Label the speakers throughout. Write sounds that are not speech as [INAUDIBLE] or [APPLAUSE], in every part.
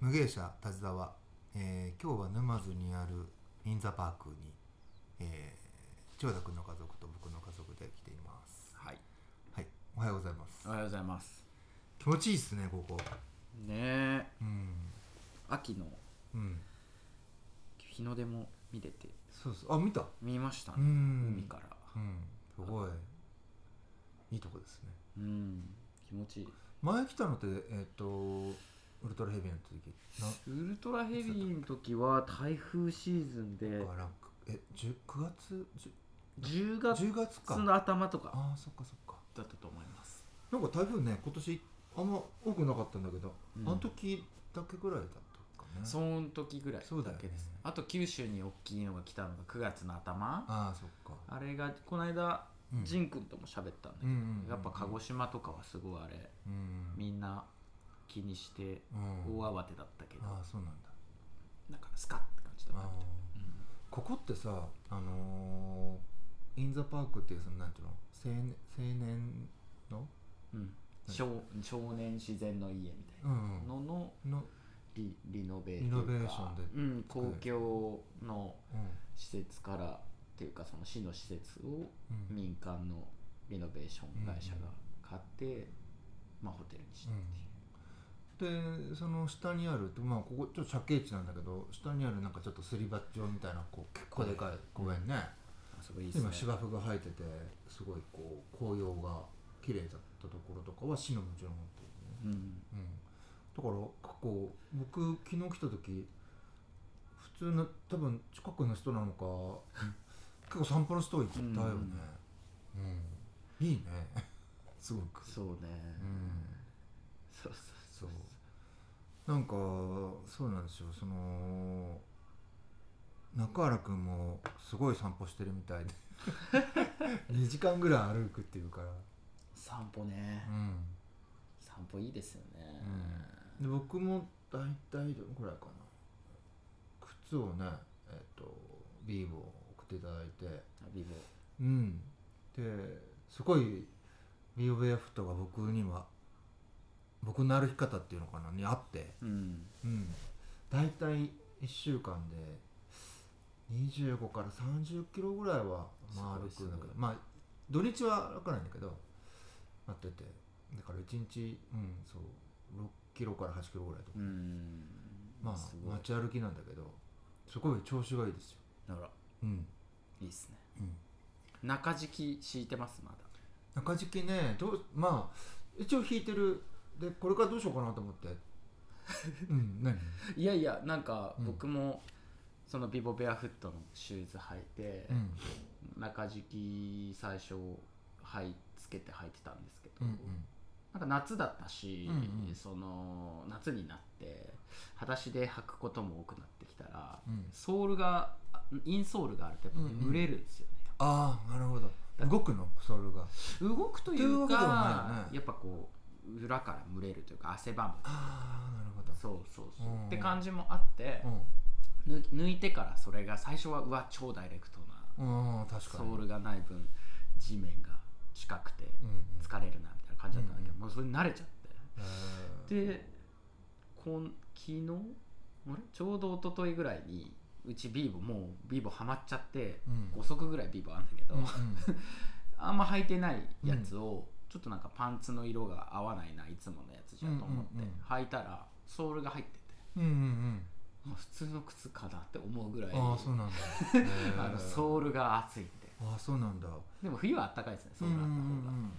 Speaker 1: 無芸者田沢、えー今日は沼津にあるインザパークに、えー、千代田君の家族と僕の家族で来ています
Speaker 2: はい
Speaker 1: はいおはようございます
Speaker 2: おはようございます
Speaker 1: 気持ちいいっすねここ
Speaker 2: ねえ
Speaker 1: うん
Speaker 2: 秋の
Speaker 1: うん
Speaker 2: 日の出も見れて
Speaker 1: そうそうあ見た
Speaker 2: 見ました
Speaker 1: う
Speaker 2: ね
Speaker 1: ん
Speaker 2: 海から
Speaker 1: うんすごいいいとこですね
Speaker 2: うん気持ちいい
Speaker 1: 前来たのってえっ、とウルトラヘビーの時な
Speaker 2: ウルトラヘビーの時は台風シーズンで
Speaker 1: からえ10 9月10
Speaker 2: 10月
Speaker 1: 10月か
Speaker 2: の頭とか
Speaker 1: ああそっかそっか
Speaker 2: だったと思います
Speaker 1: なんか台風ね今年あんま多くなかったんだけど、
Speaker 2: うん
Speaker 1: あの時だけぐらいだったかね
Speaker 2: その時ぐらい
Speaker 1: そうだよね
Speaker 2: だけですねあと九州に大きいのが来たのが9月の頭
Speaker 1: ああそっか
Speaker 2: あれがこの間
Speaker 1: うん
Speaker 2: 仁君とも喋ったんだけ
Speaker 1: うんうんうんうん
Speaker 2: どやっぱ鹿児島とかはすごいあれ
Speaker 1: うん
Speaker 2: みんな気にして
Speaker 1: うん
Speaker 2: 大慌てだったけど
Speaker 1: ああそうなんだ
Speaker 2: なんかスカッって感じだったみ
Speaker 1: あ
Speaker 2: たい
Speaker 1: ーここってさあのー、インザパークっていうそのなんていうの青年青年の
Speaker 2: うん、うん少少年自然の家みたいうなん
Speaker 1: うん
Speaker 2: のの
Speaker 1: の
Speaker 2: リリノベというか
Speaker 1: リノベーションで
Speaker 2: うん、公共の
Speaker 1: うん
Speaker 2: 施設からっていうかその市の施設を
Speaker 1: うん
Speaker 2: 民間のリノベーション会社が買って、まあ、ホテルにしたっていう、
Speaker 1: でその下にあるまあここちょっと借景地なんだけど下にあるなんかちょっとすり鉢状みたいなこう結構でかい公園ね、
Speaker 2: あすごいいい
Speaker 1: 今
Speaker 2: ですね
Speaker 1: 芝生が生えててすごいこう紅葉が綺麗だったところとかは市のもちろん持ってるね、
Speaker 2: うん
Speaker 1: うん、だからこう僕昨日来た時普通の多分近くの人なのか結構散歩の人いたよねうん、いいねすごく
Speaker 2: そうね、
Speaker 1: うん
Speaker 2: そうそう
Speaker 1: そうなんかそうなんですよその中原くんもすごい散歩してるみたいで2時間ぐらい歩くっていうから
Speaker 2: 散歩ね、
Speaker 1: うん
Speaker 2: 散歩いいですよね、
Speaker 1: で僕も大体どのぐらいかな靴をねえっ、とビーボを送っていただいて
Speaker 2: ビボ
Speaker 1: うんですごいビーボエフトが僕には僕の歩き方っていうのかなにあって
Speaker 2: うん
Speaker 1: うん、大体1週間で25から30キロぐらいはまあ歩
Speaker 2: す
Speaker 1: く
Speaker 2: ごい
Speaker 1: んだけ
Speaker 2: す
Speaker 1: ど
Speaker 2: ごい
Speaker 1: まあ土日は歩かないんだけど待っててだから1日、うん、そう6キロから8キロぐらいとか、
Speaker 2: うん
Speaker 1: まあ
Speaker 2: すごい
Speaker 1: 街歩きなんだけどすごい調子がいいですよ、
Speaker 2: なら
Speaker 1: うん
Speaker 2: いいっすね
Speaker 1: うん、
Speaker 2: 中敷き敷いてますまだ
Speaker 1: 中敷きねどうまあ一応引いてるでこれからどうしようかなと思
Speaker 2: [LAUGHS]
Speaker 1: ってうん何
Speaker 2: いやいやなんか
Speaker 1: うん
Speaker 2: 僕もそのビボベアフットのシューズ履いて、
Speaker 1: うん
Speaker 2: 中敷き最初はいつけて履いてたんですけど、
Speaker 1: うんうん
Speaker 2: なんか夏だったし、
Speaker 1: うんうん
Speaker 2: その夏になって裸足で履くことも多くなってきたら、
Speaker 1: うん
Speaker 2: ソールがあインソールがあるとやっぱ
Speaker 1: うんうん
Speaker 2: 蒸れるんですよね、
Speaker 1: ああなるほど動くのソールが
Speaker 2: 動くとい
Speaker 1: という
Speaker 2: う
Speaker 1: わけではないよ
Speaker 2: か
Speaker 1: ね
Speaker 2: やっぱこう裏から蒸れるというか汗ばむ
Speaker 1: ああなるほど
Speaker 2: そうそうそう、
Speaker 1: うん
Speaker 2: って感じもあって、
Speaker 1: う、
Speaker 2: 抜き抜いてからそれが最初はうわ超ダイレクトなん
Speaker 1: うん、確か
Speaker 2: ソ
Speaker 1: に
Speaker 2: ールがない分地面が近くて
Speaker 1: うんうん、
Speaker 2: 疲れるなみたいな感じだったんだけど、
Speaker 1: うん
Speaker 2: もうそれに慣れちゃっ
Speaker 1: え
Speaker 2: てでこん昨日あれちょうど一昨日ぐらいにうちビーボもうビーボハマっちゃって、
Speaker 1: うん
Speaker 2: 5足ぐらいビーボあるんだけど、
Speaker 1: うんうん
Speaker 2: あんま履いてないやつを、ちょっとなんかパンツの色が合わないないつものやつじゃんと思って、
Speaker 1: うんうんうん
Speaker 2: 履いたらソールが入ってて
Speaker 1: うんうん
Speaker 2: もう普通の靴かなって思うぐらい
Speaker 1: うんああそうなんだ、へー
Speaker 2: あのソールが暑いんで
Speaker 1: ああそうなんだ
Speaker 2: でも冬は暖かいですねソールがあった方が、
Speaker 1: うんうんうん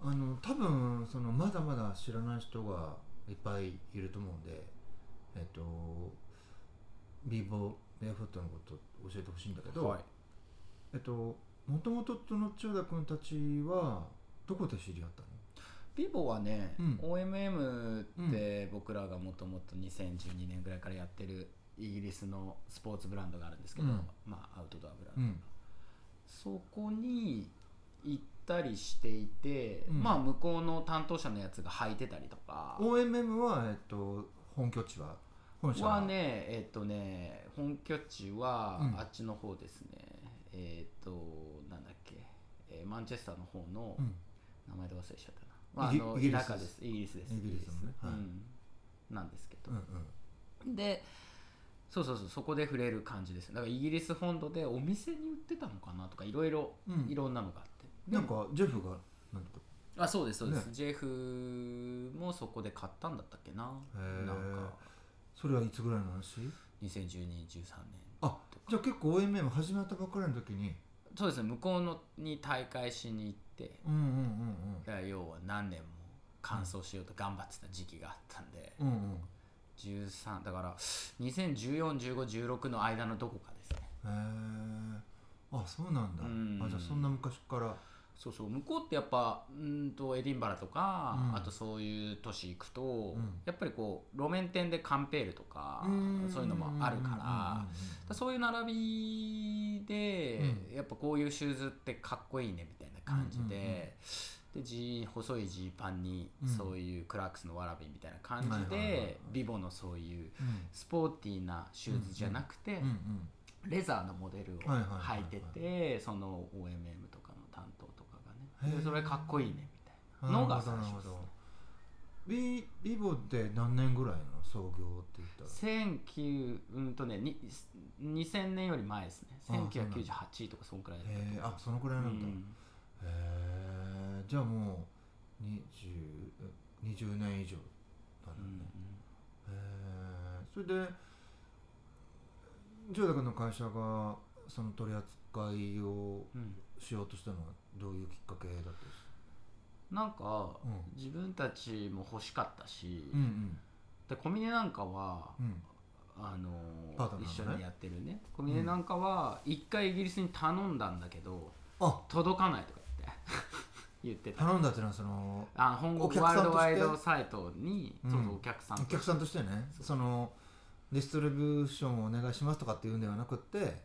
Speaker 1: あの多分そのまだまだ知らない人がいっぱいいると思うんでえっとビーボーベアフットのこと教えてほしいんだけど、
Speaker 2: はい
Speaker 1: えっともともとその千代田君たちはどこで知り合ったの
Speaker 2: ビボはね、
Speaker 1: うん
Speaker 2: OMM って僕らがもともと2012年ぐらいからやってるイギリスのスポーツブランドがあるんですけど、
Speaker 1: うん
Speaker 2: まあアウトドアブラ
Speaker 1: う
Speaker 2: ンド、
Speaker 1: ん
Speaker 2: そこに行ったりしていて、
Speaker 1: うん
Speaker 2: まあ向こうの担当者のやつが履いてたりとか
Speaker 1: OMM はえっと本拠地は本社
Speaker 2: はねえっ、とね本拠地は
Speaker 1: うん
Speaker 2: あっちの方ですね、えっ、となんだっけ、えーマンチェスターの方の、
Speaker 1: うん
Speaker 2: 名前で忘れちゃったな、まあ、あ
Speaker 1: イギ
Speaker 2: の
Speaker 1: イギリス
Speaker 2: 田舎ですイギリスです
Speaker 1: イギリスのね
Speaker 2: イギリス
Speaker 1: はい
Speaker 2: うんなんですけど
Speaker 1: うんうん
Speaker 2: でそうそうそうそこで触れる感じですだからイギリス本土でお店に売ってたのかなとかいろいろ
Speaker 1: うん
Speaker 2: いろんなのがあって、
Speaker 1: なんかジェフがなんとか
Speaker 2: あそうですそうです、ジェフもそこで買ったんだったっけな
Speaker 1: へー
Speaker 2: なんか
Speaker 1: それはいつぐらいの話
Speaker 2: 201213年
Speaker 1: あじゃあ結構 OMM 始まったばっかりの時に
Speaker 2: そうですね向こうのに大会しに行って
Speaker 1: うんうん
Speaker 2: だから要は何年も完走しようと頑張ってた時期があったんで、
Speaker 1: うんうんうん
Speaker 2: 13だから20141516の間のどこかですね
Speaker 1: うんへえあそうなんだ
Speaker 2: うん
Speaker 1: あじゃあそんな昔から
Speaker 2: そうそう向こうってやっぱうーんとエディンバラとか、
Speaker 1: うん
Speaker 2: あとそういう都市行くと、
Speaker 1: ん
Speaker 2: やっぱりこう路面店でカンペールとか
Speaker 1: ん
Speaker 2: そういうのもあるから,、
Speaker 1: うん
Speaker 2: そういう並びで、やっぱこういうシューズってかっこいいねみたいな感じで。
Speaker 1: うんうんうん
Speaker 2: でジーン細いジーパンに
Speaker 1: うん
Speaker 2: そういうクラークスのわらびみたいな感じ
Speaker 1: はいはいはいはい
Speaker 2: でビボのそういうスポーティーなシューズじゃなくて、
Speaker 1: うんうん
Speaker 2: レザーのモデルを
Speaker 1: はいはいはいはい
Speaker 2: 履いててその OMM とかの担当とかがね
Speaker 1: へー
Speaker 2: でそれかっこいいねみた
Speaker 1: う
Speaker 2: い
Speaker 1: ん
Speaker 2: のが
Speaker 1: なるほどなる
Speaker 2: 最
Speaker 1: ほ
Speaker 2: 初です
Speaker 1: どビビボって何年ぐらいの創業って言ったら
Speaker 2: な19うんとねに2000年より前ですね
Speaker 1: あーそうなんだ
Speaker 2: 1998とかそんくらいだったと
Speaker 1: へえ
Speaker 2: 思う
Speaker 1: あそのくらいな
Speaker 2: うん
Speaker 1: だ
Speaker 2: ん
Speaker 1: へえじゃあもう 20, 20年以上だ
Speaker 2: う
Speaker 1: ね、
Speaker 2: ん
Speaker 1: へえそれでジョーダ君の会社がその取り扱いを
Speaker 2: うん
Speaker 1: しようとしたのはどういうきっかけだったんですか
Speaker 2: なんか
Speaker 1: うん
Speaker 2: 自分たちも欲しかったし
Speaker 1: うん
Speaker 2: でコミネなんかは
Speaker 1: うんうん
Speaker 2: あの
Speaker 1: パートナーのね
Speaker 2: 一緒にやってるねコミネなんかは一回イギリスに頼んだんだけど
Speaker 1: あ
Speaker 2: 届かないとか言って言って [LAUGHS] た
Speaker 1: 頼んだってのはその
Speaker 2: あ本
Speaker 1: お
Speaker 2: 国
Speaker 1: 客
Speaker 2: ワ
Speaker 1: さん
Speaker 2: ール
Speaker 1: として
Speaker 2: ドワイドサイトに、
Speaker 1: うん
Speaker 2: そうそうお客さん
Speaker 1: お客さんとしてね
Speaker 2: そう
Speaker 1: そのディストリビューションをお願いしますとかっていうんではなくって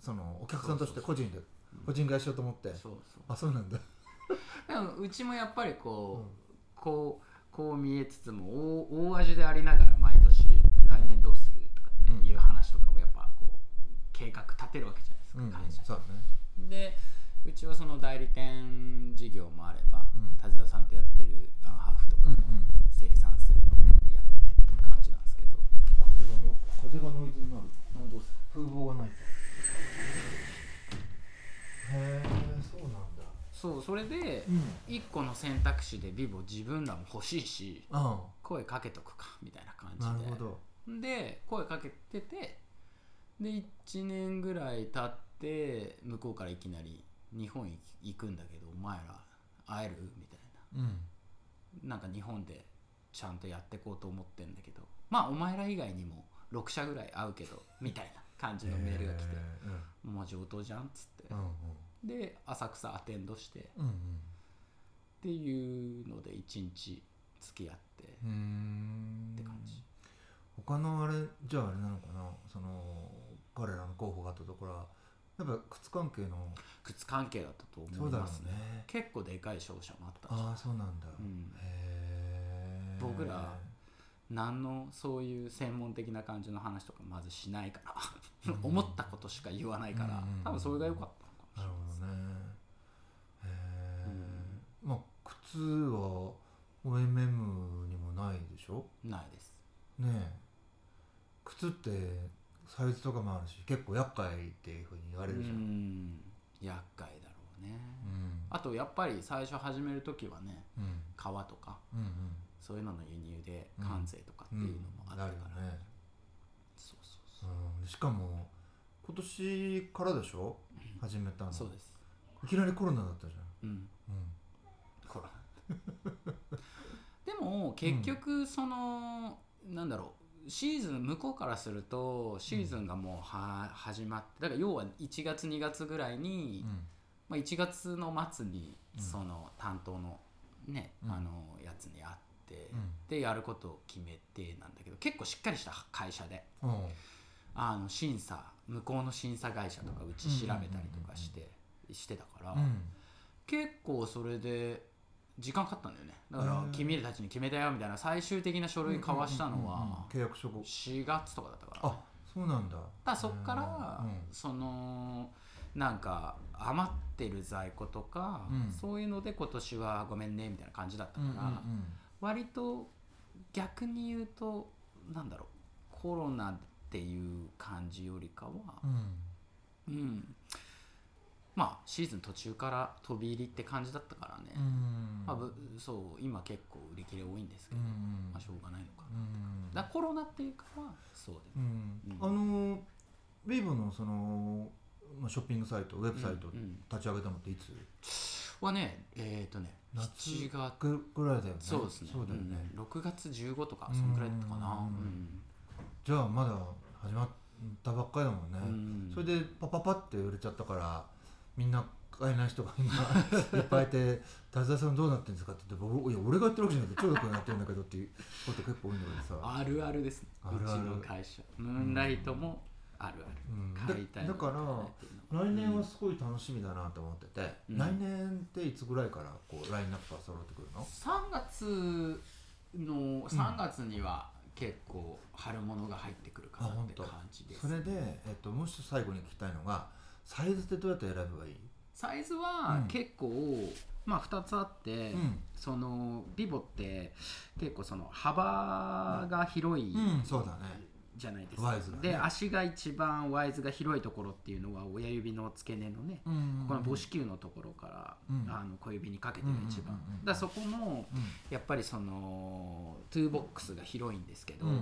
Speaker 1: そのお客さんとして
Speaker 2: そ
Speaker 1: 個
Speaker 2: う
Speaker 1: 人で個人買いしようと思って
Speaker 2: そうそう
Speaker 1: あそうなんだ
Speaker 2: でもうちもやっぱりこう、
Speaker 1: うん
Speaker 2: こうこう見えつつも大大味でありながら毎年来年どうするとかっていう話とかもやっぱこう計画立てるわけじゃないですか、
Speaker 1: うんうん
Speaker 2: 会社
Speaker 1: そうだね
Speaker 2: でうちはその代理店事業もあれば、
Speaker 1: うん
Speaker 2: 田津田さんとやってるアンハーフと
Speaker 1: う
Speaker 2: か
Speaker 1: んうん
Speaker 2: 生産するのをやっててって感じなんですけど、
Speaker 1: 風がノイズになる
Speaker 2: どうす
Speaker 1: 風貌がないとへえそうなんだ
Speaker 2: そうそれで
Speaker 1: うん
Speaker 2: 一個の選択肢でビボ自分らも欲しいし
Speaker 1: あ
Speaker 2: 声かけとくかみたいな感
Speaker 1: あなる
Speaker 2: じで
Speaker 1: ほど
Speaker 2: で声かけててで1年ぐらい経って向こうからいきなり「日本行くんだけどお前ら会える?」みたい
Speaker 1: うん
Speaker 2: ななんか日本でちゃんとやってこうと思ってんだけどまあお前ら以外にも6社ぐらい会うけど [LAUGHS] みたいな感じのメールが来て
Speaker 1: へー
Speaker 2: 「もう上等じゃん」っつっ
Speaker 1: う
Speaker 2: て
Speaker 1: んうん
Speaker 2: で浅草アテンドして
Speaker 1: うんうん
Speaker 2: っていうので一日付き合って
Speaker 1: うーん
Speaker 2: って感じ
Speaker 1: 他のあれじゃああれなのかなその彼らの候補があったところはやっぱ靴関係の
Speaker 2: 靴関係だったと
Speaker 1: そ
Speaker 2: 思
Speaker 1: う
Speaker 2: い
Speaker 1: だろう
Speaker 2: ますね
Speaker 1: ね
Speaker 2: 結構でかい商社もあったんじゃ
Speaker 1: あ
Speaker 2: な
Speaker 1: あそうなんだ、
Speaker 2: いうん
Speaker 1: へえ
Speaker 2: 僕ら何のそういう専門的な感じの話とかまずしないから
Speaker 1: うん
Speaker 2: [LAUGHS] 思ったことしか言わないから、
Speaker 1: うんうんうん
Speaker 2: 多分それが良かったの
Speaker 1: な
Speaker 2: かも
Speaker 1: る
Speaker 2: しれないで
Speaker 1: ほ
Speaker 2: す
Speaker 1: どねへえ、まあ靴は OMM にもないでしょ
Speaker 2: ないです
Speaker 1: ねえ靴ってサイズとかもあるし結構厄介っていうふうに言われるじゃん、
Speaker 2: う
Speaker 1: うん
Speaker 2: ん厄介だろうね、あとやっぱり最初始める時はね
Speaker 1: うん、
Speaker 2: 革とか
Speaker 1: うんうん
Speaker 2: そういうのの輸入で関税とかって
Speaker 1: う
Speaker 2: い
Speaker 1: ん
Speaker 2: うのもあったから、
Speaker 1: なるよね、
Speaker 2: そうそうそう
Speaker 1: うん、しかも今年からでしょ始めたの
Speaker 2: そうです
Speaker 1: いきなりコロナだったじゃ
Speaker 2: うん
Speaker 1: ん、うん、
Speaker 2: コロナでも結局その、なんだろうシーズン向こうからするとシーズンがもうは、始まってだから要は1月2月ぐらいに、まあ、1月の末に
Speaker 1: うん
Speaker 2: その担当のね、
Speaker 1: うん
Speaker 2: あのやつに会って、
Speaker 1: う
Speaker 2: でやることを決めてなんだけど結構しっかりした会社で
Speaker 1: んうん
Speaker 2: あの審査向こうの審査会社とかうち調べたりとかして、してたから。結構それで時間かかったんだよねだか
Speaker 1: へ
Speaker 2: ら
Speaker 1: ー
Speaker 2: 君たちに決めたよみたいな最終的な書類交わしたの
Speaker 1: うんうん
Speaker 2: は
Speaker 1: うんうん契約書後
Speaker 2: 4月とかだったから,、
Speaker 1: あそうなんだ
Speaker 2: だからそっから
Speaker 1: うん
Speaker 2: そのなんか余ってる在庫とか、
Speaker 1: うん
Speaker 2: そういうので今年はごめんねみたいな感じだった
Speaker 1: うん
Speaker 2: か
Speaker 1: う
Speaker 2: ら、
Speaker 1: んうん
Speaker 2: 割と逆に言うとなんだろうコロナっていう感じよりかは、
Speaker 1: うん
Speaker 2: うん、まあシーズン途中から飛び入りって感じだったからね、
Speaker 1: うん
Speaker 2: まあ、ぶそう今結構売り切れ多いんですけ
Speaker 1: う
Speaker 2: ど、
Speaker 1: ん
Speaker 2: まあ、しょうがないのかな、
Speaker 1: うん
Speaker 2: だからコロナっていうかはそうで
Speaker 1: うん
Speaker 2: うん
Speaker 1: あのウェイブのそのまあショッピングサイトウェブ
Speaker 2: す
Speaker 1: サイト
Speaker 2: うんうん
Speaker 1: 立ち上げたのっていつ
Speaker 2: はねえっ、とね
Speaker 1: 夏
Speaker 2: 7月
Speaker 1: ぐぐらいだよね
Speaker 2: そうですね
Speaker 1: そうだよね、
Speaker 2: うん6月15とかそんくらいだったかな
Speaker 1: うん
Speaker 2: うん
Speaker 1: じゃあまだ始まったばっかりだもんね、
Speaker 2: うん
Speaker 1: それでパパパって売れちゃったからみんな買えない人が今いっぱいいて [LAUGHS] 「田澤さんどうなってんですか?」って言って僕「いや俺がやってるわけじゃないけど長田君がやってるんだけど」っていうこと結構多いんだけどさ、
Speaker 2: あるあるですね
Speaker 1: あるある
Speaker 2: うちの会社ムーンライトもある
Speaker 1: うん
Speaker 2: ある、買いたい
Speaker 1: だだ
Speaker 2: の
Speaker 1: か
Speaker 2: 買
Speaker 1: ら
Speaker 2: いたいの
Speaker 1: 来年はすごい楽しみだなと思ってて、
Speaker 2: うん
Speaker 1: 来年っていつぐらいからこうラインナップが揃ってくるの、
Speaker 2: 3月の3月には結構春物が入ってくるかな
Speaker 1: あ
Speaker 2: っ
Speaker 1: 本
Speaker 2: て
Speaker 1: 当
Speaker 2: 感じです、
Speaker 1: それで、えっと、もう一つ最後に聞きたいのがサイズってどうやって選べばいい、
Speaker 2: サイズ
Speaker 1: う
Speaker 2: は
Speaker 1: ん
Speaker 2: 結構、まあ2つあって、
Speaker 1: うん
Speaker 2: そのビボって結構その幅が広い
Speaker 1: うん、そうだね
Speaker 2: じゃないですか、
Speaker 1: ワイズがね
Speaker 2: で足が一番ワイズが広いところっていうのは親指の付け根のね、
Speaker 1: うん
Speaker 2: この母子球のところから、
Speaker 1: うん
Speaker 2: あの小指にかけてが一番、
Speaker 1: うんうんうんうん
Speaker 2: だからそこも
Speaker 1: うん
Speaker 2: やっぱりそのトゥーボックスが広いんですけど、
Speaker 1: うん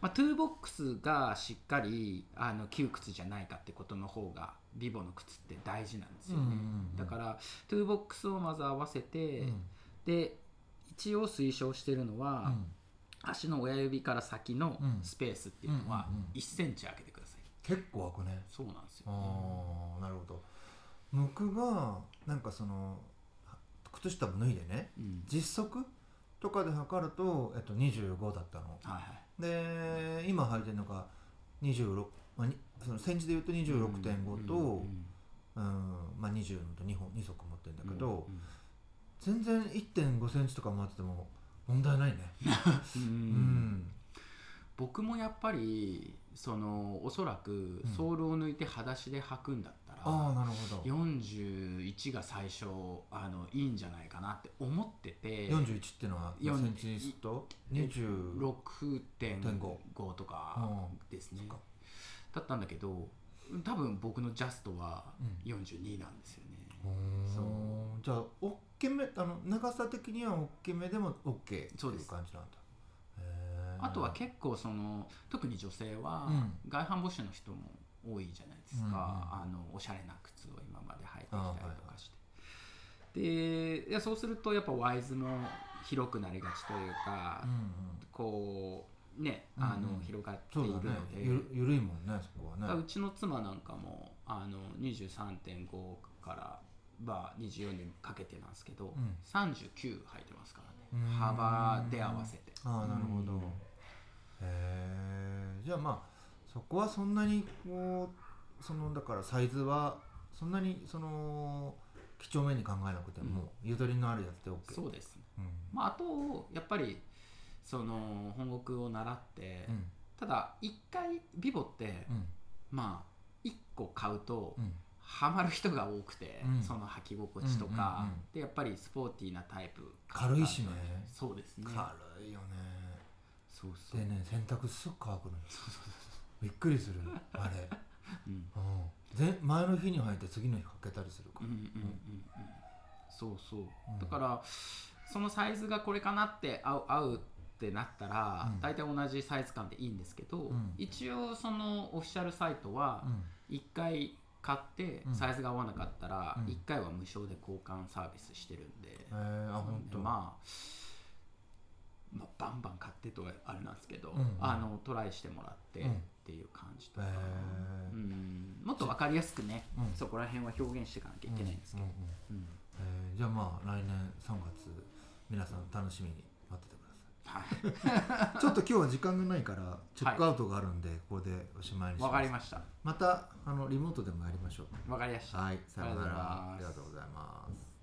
Speaker 2: まあ、トゥーボックスがしっかりあの窮屈じゃないかってことの方がビボの靴って大事なんですよね、
Speaker 1: うんうんうん
Speaker 2: だからトゥーボックスをまず合わせて、
Speaker 1: うん
Speaker 2: で一応推奨してるのは、
Speaker 1: うん
Speaker 2: 足の親指から先の
Speaker 1: うん
Speaker 2: スペースっていうのは
Speaker 1: うんうんうん
Speaker 2: 1センチ開けてください、
Speaker 1: 結構開くね
Speaker 2: そうなんですよ、
Speaker 1: ああなるほど僕がなんかその靴下も脱いでね
Speaker 2: うん
Speaker 1: 実測とかで測ると、えっと、25だったの
Speaker 2: はいはい
Speaker 1: で今履いてるのが26、まあ、にそのセンチで言うと26.5と、
Speaker 2: うん
Speaker 1: うんまあ、20のと2本二足持ってるんだけど、
Speaker 2: うん
Speaker 1: 全然1.5センチとか回ってても問題ないね
Speaker 2: うん
Speaker 1: う
Speaker 2: 僕もやっぱりそのおそらく
Speaker 1: うん
Speaker 2: ソールを抜いて裸足で履くんだった
Speaker 1: ああ
Speaker 2: ら、
Speaker 1: なるほど
Speaker 2: 41が最初あのいいんじゃないかなって思ってて
Speaker 1: 41ってのは何センチにすると26
Speaker 2: 6.5とかですね、
Speaker 1: うんそっか
Speaker 2: だったんだけど多分僕のジャストは
Speaker 1: うん
Speaker 2: 42なんですよね、そ
Speaker 1: そ
Speaker 2: う
Speaker 1: うじゃあ大きめあの長さ的には大きめでも OK っていう
Speaker 2: そ
Speaker 1: 感
Speaker 2: うで
Speaker 1: じ
Speaker 2: す
Speaker 1: なんだへー
Speaker 2: あとは結構その特に女性は
Speaker 1: うん
Speaker 2: 外反母趾の人も多いじゃないで
Speaker 1: う
Speaker 2: すか、
Speaker 1: んうん
Speaker 2: あのおしゃれな靴を今まで履いてきたりとかして。でいやそうするとやっぱワイズも広くなりがちというか、
Speaker 1: うん
Speaker 2: こうねあの、
Speaker 1: うんうん
Speaker 2: 広がって
Speaker 1: う
Speaker 2: い
Speaker 1: ん、
Speaker 2: る
Speaker 1: そうだね
Speaker 2: ので
Speaker 1: ゆゆるいもんねそこ
Speaker 2: だから
Speaker 1: は
Speaker 2: う
Speaker 1: ね
Speaker 2: ちの妻なんかもあの23.5から、まあ、24にかけてなんですけど、
Speaker 1: ん
Speaker 2: 39履いてますから
Speaker 1: う
Speaker 2: ね
Speaker 1: ん
Speaker 2: 幅で合わせて
Speaker 1: ああなるほど、
Speaker 2: うん
Speaker 1: へえじゃあまあそこはそんなにこうそのだからサイズはそんなにその几帳面に考えなくても、ゆとりのあるやつで OK
Speaker 2: そうですね
Speaker 1: うん
Speaker 2: まあ、あとやっぱりその本国を習って、
Speaker 1: うん
Speaker 2: ただ一回ビボって、
Speaker 1: うん
Speaker 2: まあ一個買うと、
Speaker 1: うん
Speaker 2: ハマる人が多くて、
Speaker 1: うん
Speaker 2: その履き心地と
Speaker 1: うん
Speaker 2: か、
Speaker 1: うんうん
Speaker 2: でやっぱりスポーティーなタイプ
Speaker 1: 軽いしね
Speaker 2: そうですね
Speaker 1: 軽いよね
Speaker 2: そうそ
Speaker 1: で
Speaker 2: う、
Speaker 1: ね洗濯すぐ乾くのよびっくりするあれ、
Speaker 2: うん
Speaker 1: うん、ぜ前の日に履いて次の日履けたりするか
Speaker 2: うん
Speaker 1: ら、
Speaker 2: うんうんうんそうそう、
Speaker 1: ん
Speaker 2: だからそのサイズがこれかなって合う合うってなったら、
Speaker 1: うん
Speaker 2: 大体同じサイズ感でいいんですけど、
Speaker 1: ん
Speaker 2: 一応そのオフィシャルサイトは、
Speaker 1: うん
Speaker 2: 1回買って
Speaker 1: うん
Speaker 2: サイズが合わなかったら
Speaker 1: うん
Speaker 2: 1回は無償で交換サービスしてるんで、
Speaker 1: えー、あ本当、
Speaker 2: まあ、まあバンバン買ってとはあれなんですけど、
Speaker 1: うんうん
Speaker 2: あのトライしてもらってっ
Speaker 1: うん
Speaker 2: ていう感じと
Speaker 1: え
Speaker 2: か、
Speaker 1: ー
Speaker 2: うんもっと分かりやすくね、
Speaker 1: うん
Speaker 2: そこら辺は表現していかなきゃいけないんですけど、
Speaker 1: うんうん
Speaker 2: うん
Speaker 1: えーじゃあまあ来年3月皆さん楽しみに待っててくださ
Speaker 2: はい
Speaker 1: い [LAUGHS] ちょっと今日は時間がないからチェックアウトがあるんで、ここでおしまいにします
Speaker 2: 分かりました
Speaker 1: またあのリモートでもやりましょう
Speaker 2: 分かりやした
Speaker 1: はいさようならあ
Speaker 2: あり
Speaker 1: り
Speaker 2: が
Speaker 1: が
Speaker 2: と
Speaker 1: と
Speaker 2: う
Speaker 1: うございます